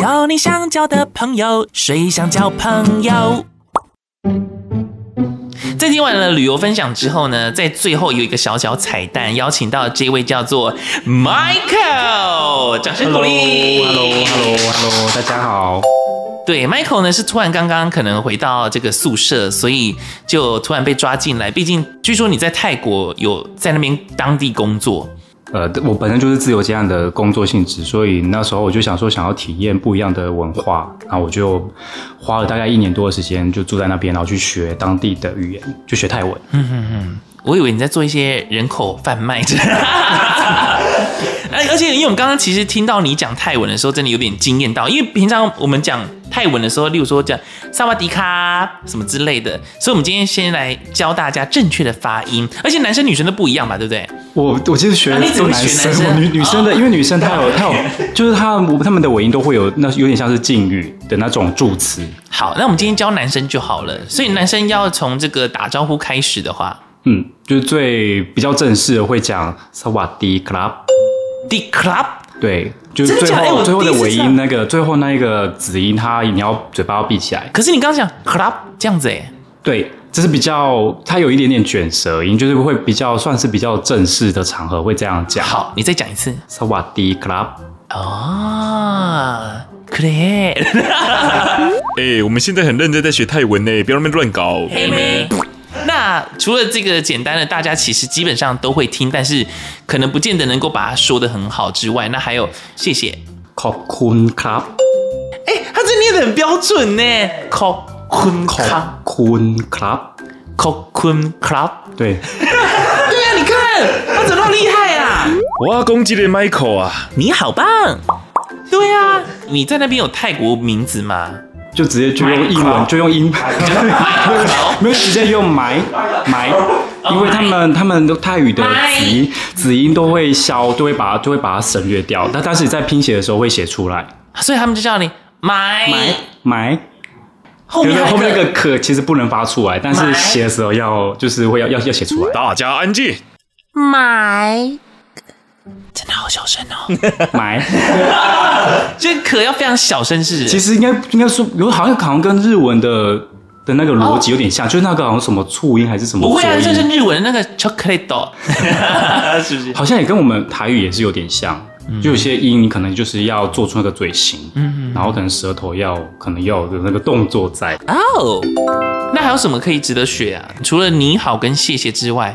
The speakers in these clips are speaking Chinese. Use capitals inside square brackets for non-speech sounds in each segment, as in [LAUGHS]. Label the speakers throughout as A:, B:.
A: 交你想交的朋友，谁想交朋友？在听完了旅游分享之后呢，在最后有一个小小彩蛋，邀请到这位叫做 Michael，掌声鼓励。
B: Hello，Hello，Hello，大家好。
A: 对，Michael 呢是突然刚刚可能回到这个宿舍，所以就突然被抓进来。毕竟据说你在泰国有在那边当地工作，
B: 呃，我本身就是自由接案的工作性质，所以那时候我就想说想要体验不一样的文化，然后我就花了大概一年多的时间就住在那边，然后去学当地的语言，就学泰文。
A: 我以为你在做一些人口贩卖之类 [LAUGHS] 的。而而且，因为我们刚刚其实听到你讲泰文的时候，真的有点惊艳到，因为平常我们讲泰文的时候，例如说讲萨瓦迪卡什么之类的，所以我们今天先来教大家正确的发音，而且男生女生都不一样吧，对不对？
B: 我我其实学
A: 啊你怎么
B: 男
A: 学
B: 生，
A: 男生
B: 我女女生的，因为女生她有她有， [LAUGHS] 就是她我她们的尾音都会有那有点像是敬语的那种助词。
A: 好，那我们今天教男生就好了，所以男生要从这个打招呼开始的话，
B: 嗯，就是最比较正式的会讲萨瓦迪克拉，
A: the club
B: 对，就是
A: 真的
B: 最
A: 假的哎
B: 后
A: 我
B: 最后的
A: 第一次
B: 尾
A: 知道
B: 音那个最后那一个子音，它你要嘴巴要闭起来。
A: 可是你刚刚讲 club 这样子哎、
B: 对，这是比较它有一点点卷舌音，就是会比较算是比较正式的场合会这样讲。
A: 好，哦你再讲一次
B: 萨瓦迪克拉，
A: 啊 c l a r
C: 哎、我们现在很认真在学泰文呢，不要那么乱搞。
A: 那除了这个简单的，大家其实基本上都会听，但是可能不见得能够把它说得很好之外，那还有谢谢，
B: ขอบคุณครับ
A: 哎、他这念得很标准呢，co 坤
B: ขอบ
A: club
B: คุณครับ
A: co 坤 club，
B: 对，
A: 对啊，你看他怎么那么厉害啊？
C: 哇，攻击的 Michael 啊，
A: 你好棒，对啊，你在那边有泰国名字吗？
B: 就直接就用英文，就用英， [LAUGHS] 没有直接用埋埋，因为他
A: Oh
B: 们他们都泰语的子音子音都会消，都会把都会把它省略掉，但但是你在拼写的时候会写出来
A: 所以他们就叫你买
B: 埋埋。
A: 后
B: 就
A: 面
B: 是
A: 还有
B: 后面那个可其实不能发出来，但是写的时候要就是会要要要写出来。
C: 大家安静。
D: 买
A: 真的好小声哦， [LAUGHS]
B: 埋，
A: 这可要非常小声是？
B: 其实应该应该说有好像好像跟日文的的那个逻辑有点像，就是那个好像什么促音还是什么
A: 哦不会啊，
B: 浊
A: 这
B: 音
A: 是日文的那个 chocolate，是不是？
B: 好像也跟我们台语也是有点像。就有些音，你可能就是要做出那个嘴型，然后可能舌头要可能要有那个动作在。
A: 哦，那还有什么可以值得学啊？除了你好跟谢谢之外，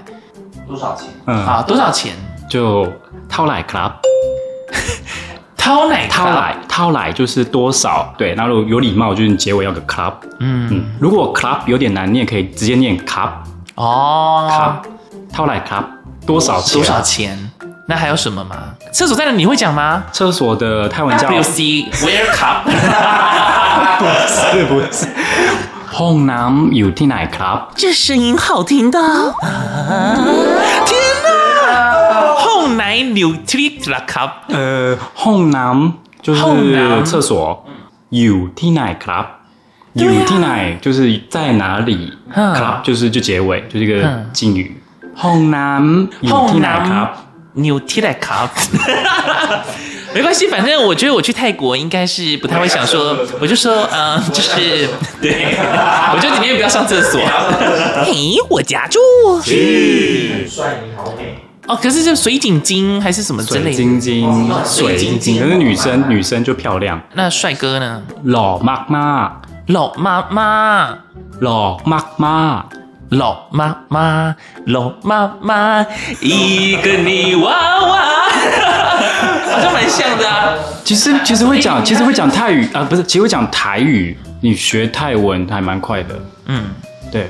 B: 嗯，
A: 啊，多少钱？
B: 就掏来 club，
A: 掏奶
B: 掏
A: 咖，
B: 来掏来就是多少？对，然后有礼貌就是结尾要个 club。嗯，如果 club 有点难念，可以直接念 club
A: 哦，
B: club，掏啊来 club 多少钱？啊
A: 多少钱？那还有什么吗？厕所在哪？你会讲吗
B: 厕所的泰文叫
A: ？WC Where Cup
B: [LAUGHS] 是不是？红南有天奶 club，
A: 这声音好听到，啊天 [LAUGHS] 哪！后奶牛 t i la cup，
B: 呃，红南就
A: 红南
B: 是厕所，有天奶 club，有天奶就是在哪里
A: 嗯
B: ，club 就是就结尾就是一个
A: 嗯
B: 敬语。红南有
A: 后
B: 天奶 club，
A: 南牛 t i la cup。没 [LAUGHS] 关系，反正我觉得我去泰国应该是不太会想 [LAUGHS] 说，我就说，嗯、就是对， [LAUGHS] 啊我觉得你们也不要上厕所。嘿，我夹住。哦，可是这水井精还是什么之
B: 水
A: 类的？
B: 晶晶，
A: 哦水
B: 水
A: 晶
B: 晶
A: 晶
B: 晶，可是女生女生就漂亮，
A: 那帅哥呢？
B: 老妈妈，
A: 老妈妈，
B: 老妈妈，
A: 老妈妈，老妈妈，一个泥娃娃，
B: [LAUGHS]
A: 好像蛮像的啊。
B: 其实其实会讲，其实会讲泰语啊、不是，其实会讲台语。你学泰文还蛮快的，
A: 嗯，
B: 对。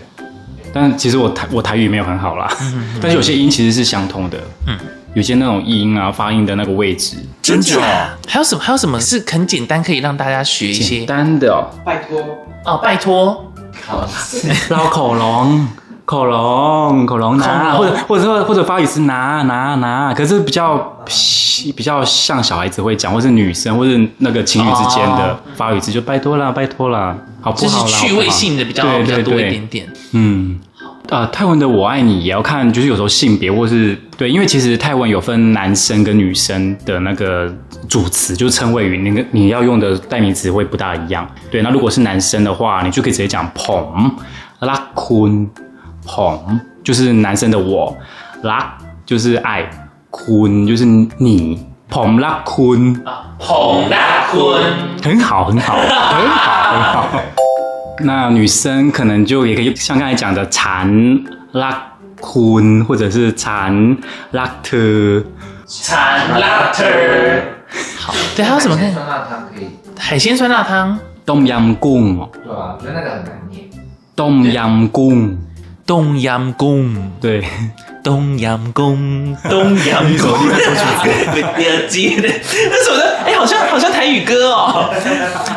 B: 但其实我台我台语没有很好啦，但是有些音其实是相通的，嗯，有些那种音啊发音的那个位置，
C: 真假？
A: 还有什么？还有什么是很简单可以让大家学一些
B: 哦简？单的、哦，
A: 哦，拜托，
B: 捞口龙。口龙，口龙拿，
A: 口
B: 或
A: 龙
B: 者或者说或者发语是拿拿拿，可是比较比较像小孩子会讲，或是女生，或是那个情侣之间的
A: 哦
B: 发语词，就拜托啦，拜托啦，好不
A: 就是
B: 好啦？
A: 趣味性的
B: 好
A: 比
B: 不
A: 较
B: 好
A: 比较
B: 对
A: 多
B: 对
A: 一
B: 对
A: 点，点。
B: 嗯，呃，泰文的“我爱你”也要看，就是有时候性别或是对，因为其实泰文有分男生跟女生的那个主词，就是称谓语，那个你要用的代名词会不大一样。对，那如果是男生的话，你就可以直接讲“捧拉坤捧”，就是男生的我，拉就是爱，坤就是你，捧拉坤，
A: 捧大坤，
B: 很好，很好，很好，很好。那女生可能就也可以像刚才讲的缠拉坤，或者是缠拉特，
A: 产辣特。好，对，还有什么
E: 酸辣汤可以，
A: 海鲜酸辣汤、
B: 东阳贡哦，
E: 对啊，我觉得那个很难念。
B: 东阳贡，
A: 东阳宫、
B: 对，
A: 东阳宫、东阳 [LAUGHS] 宫。别接的，那什么的，哎，好像好像台语歌 [LAUGHS] 哦。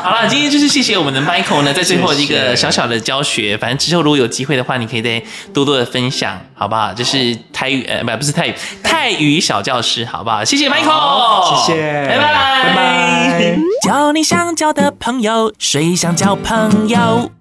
A: 好啦，今天就是谢谢我们的 Michael 呢，在最后一个小小的教学，反正之后如果有机会的话，你可以再多多的分享，好不好？就是台语，呃，不，不是泰语，泰语小教师，好不好？谢谢 Michael，
B: 谢谢
A: 拜拜，
B: 拜拜。
A: 交你想交的朋友，谁想交朋友？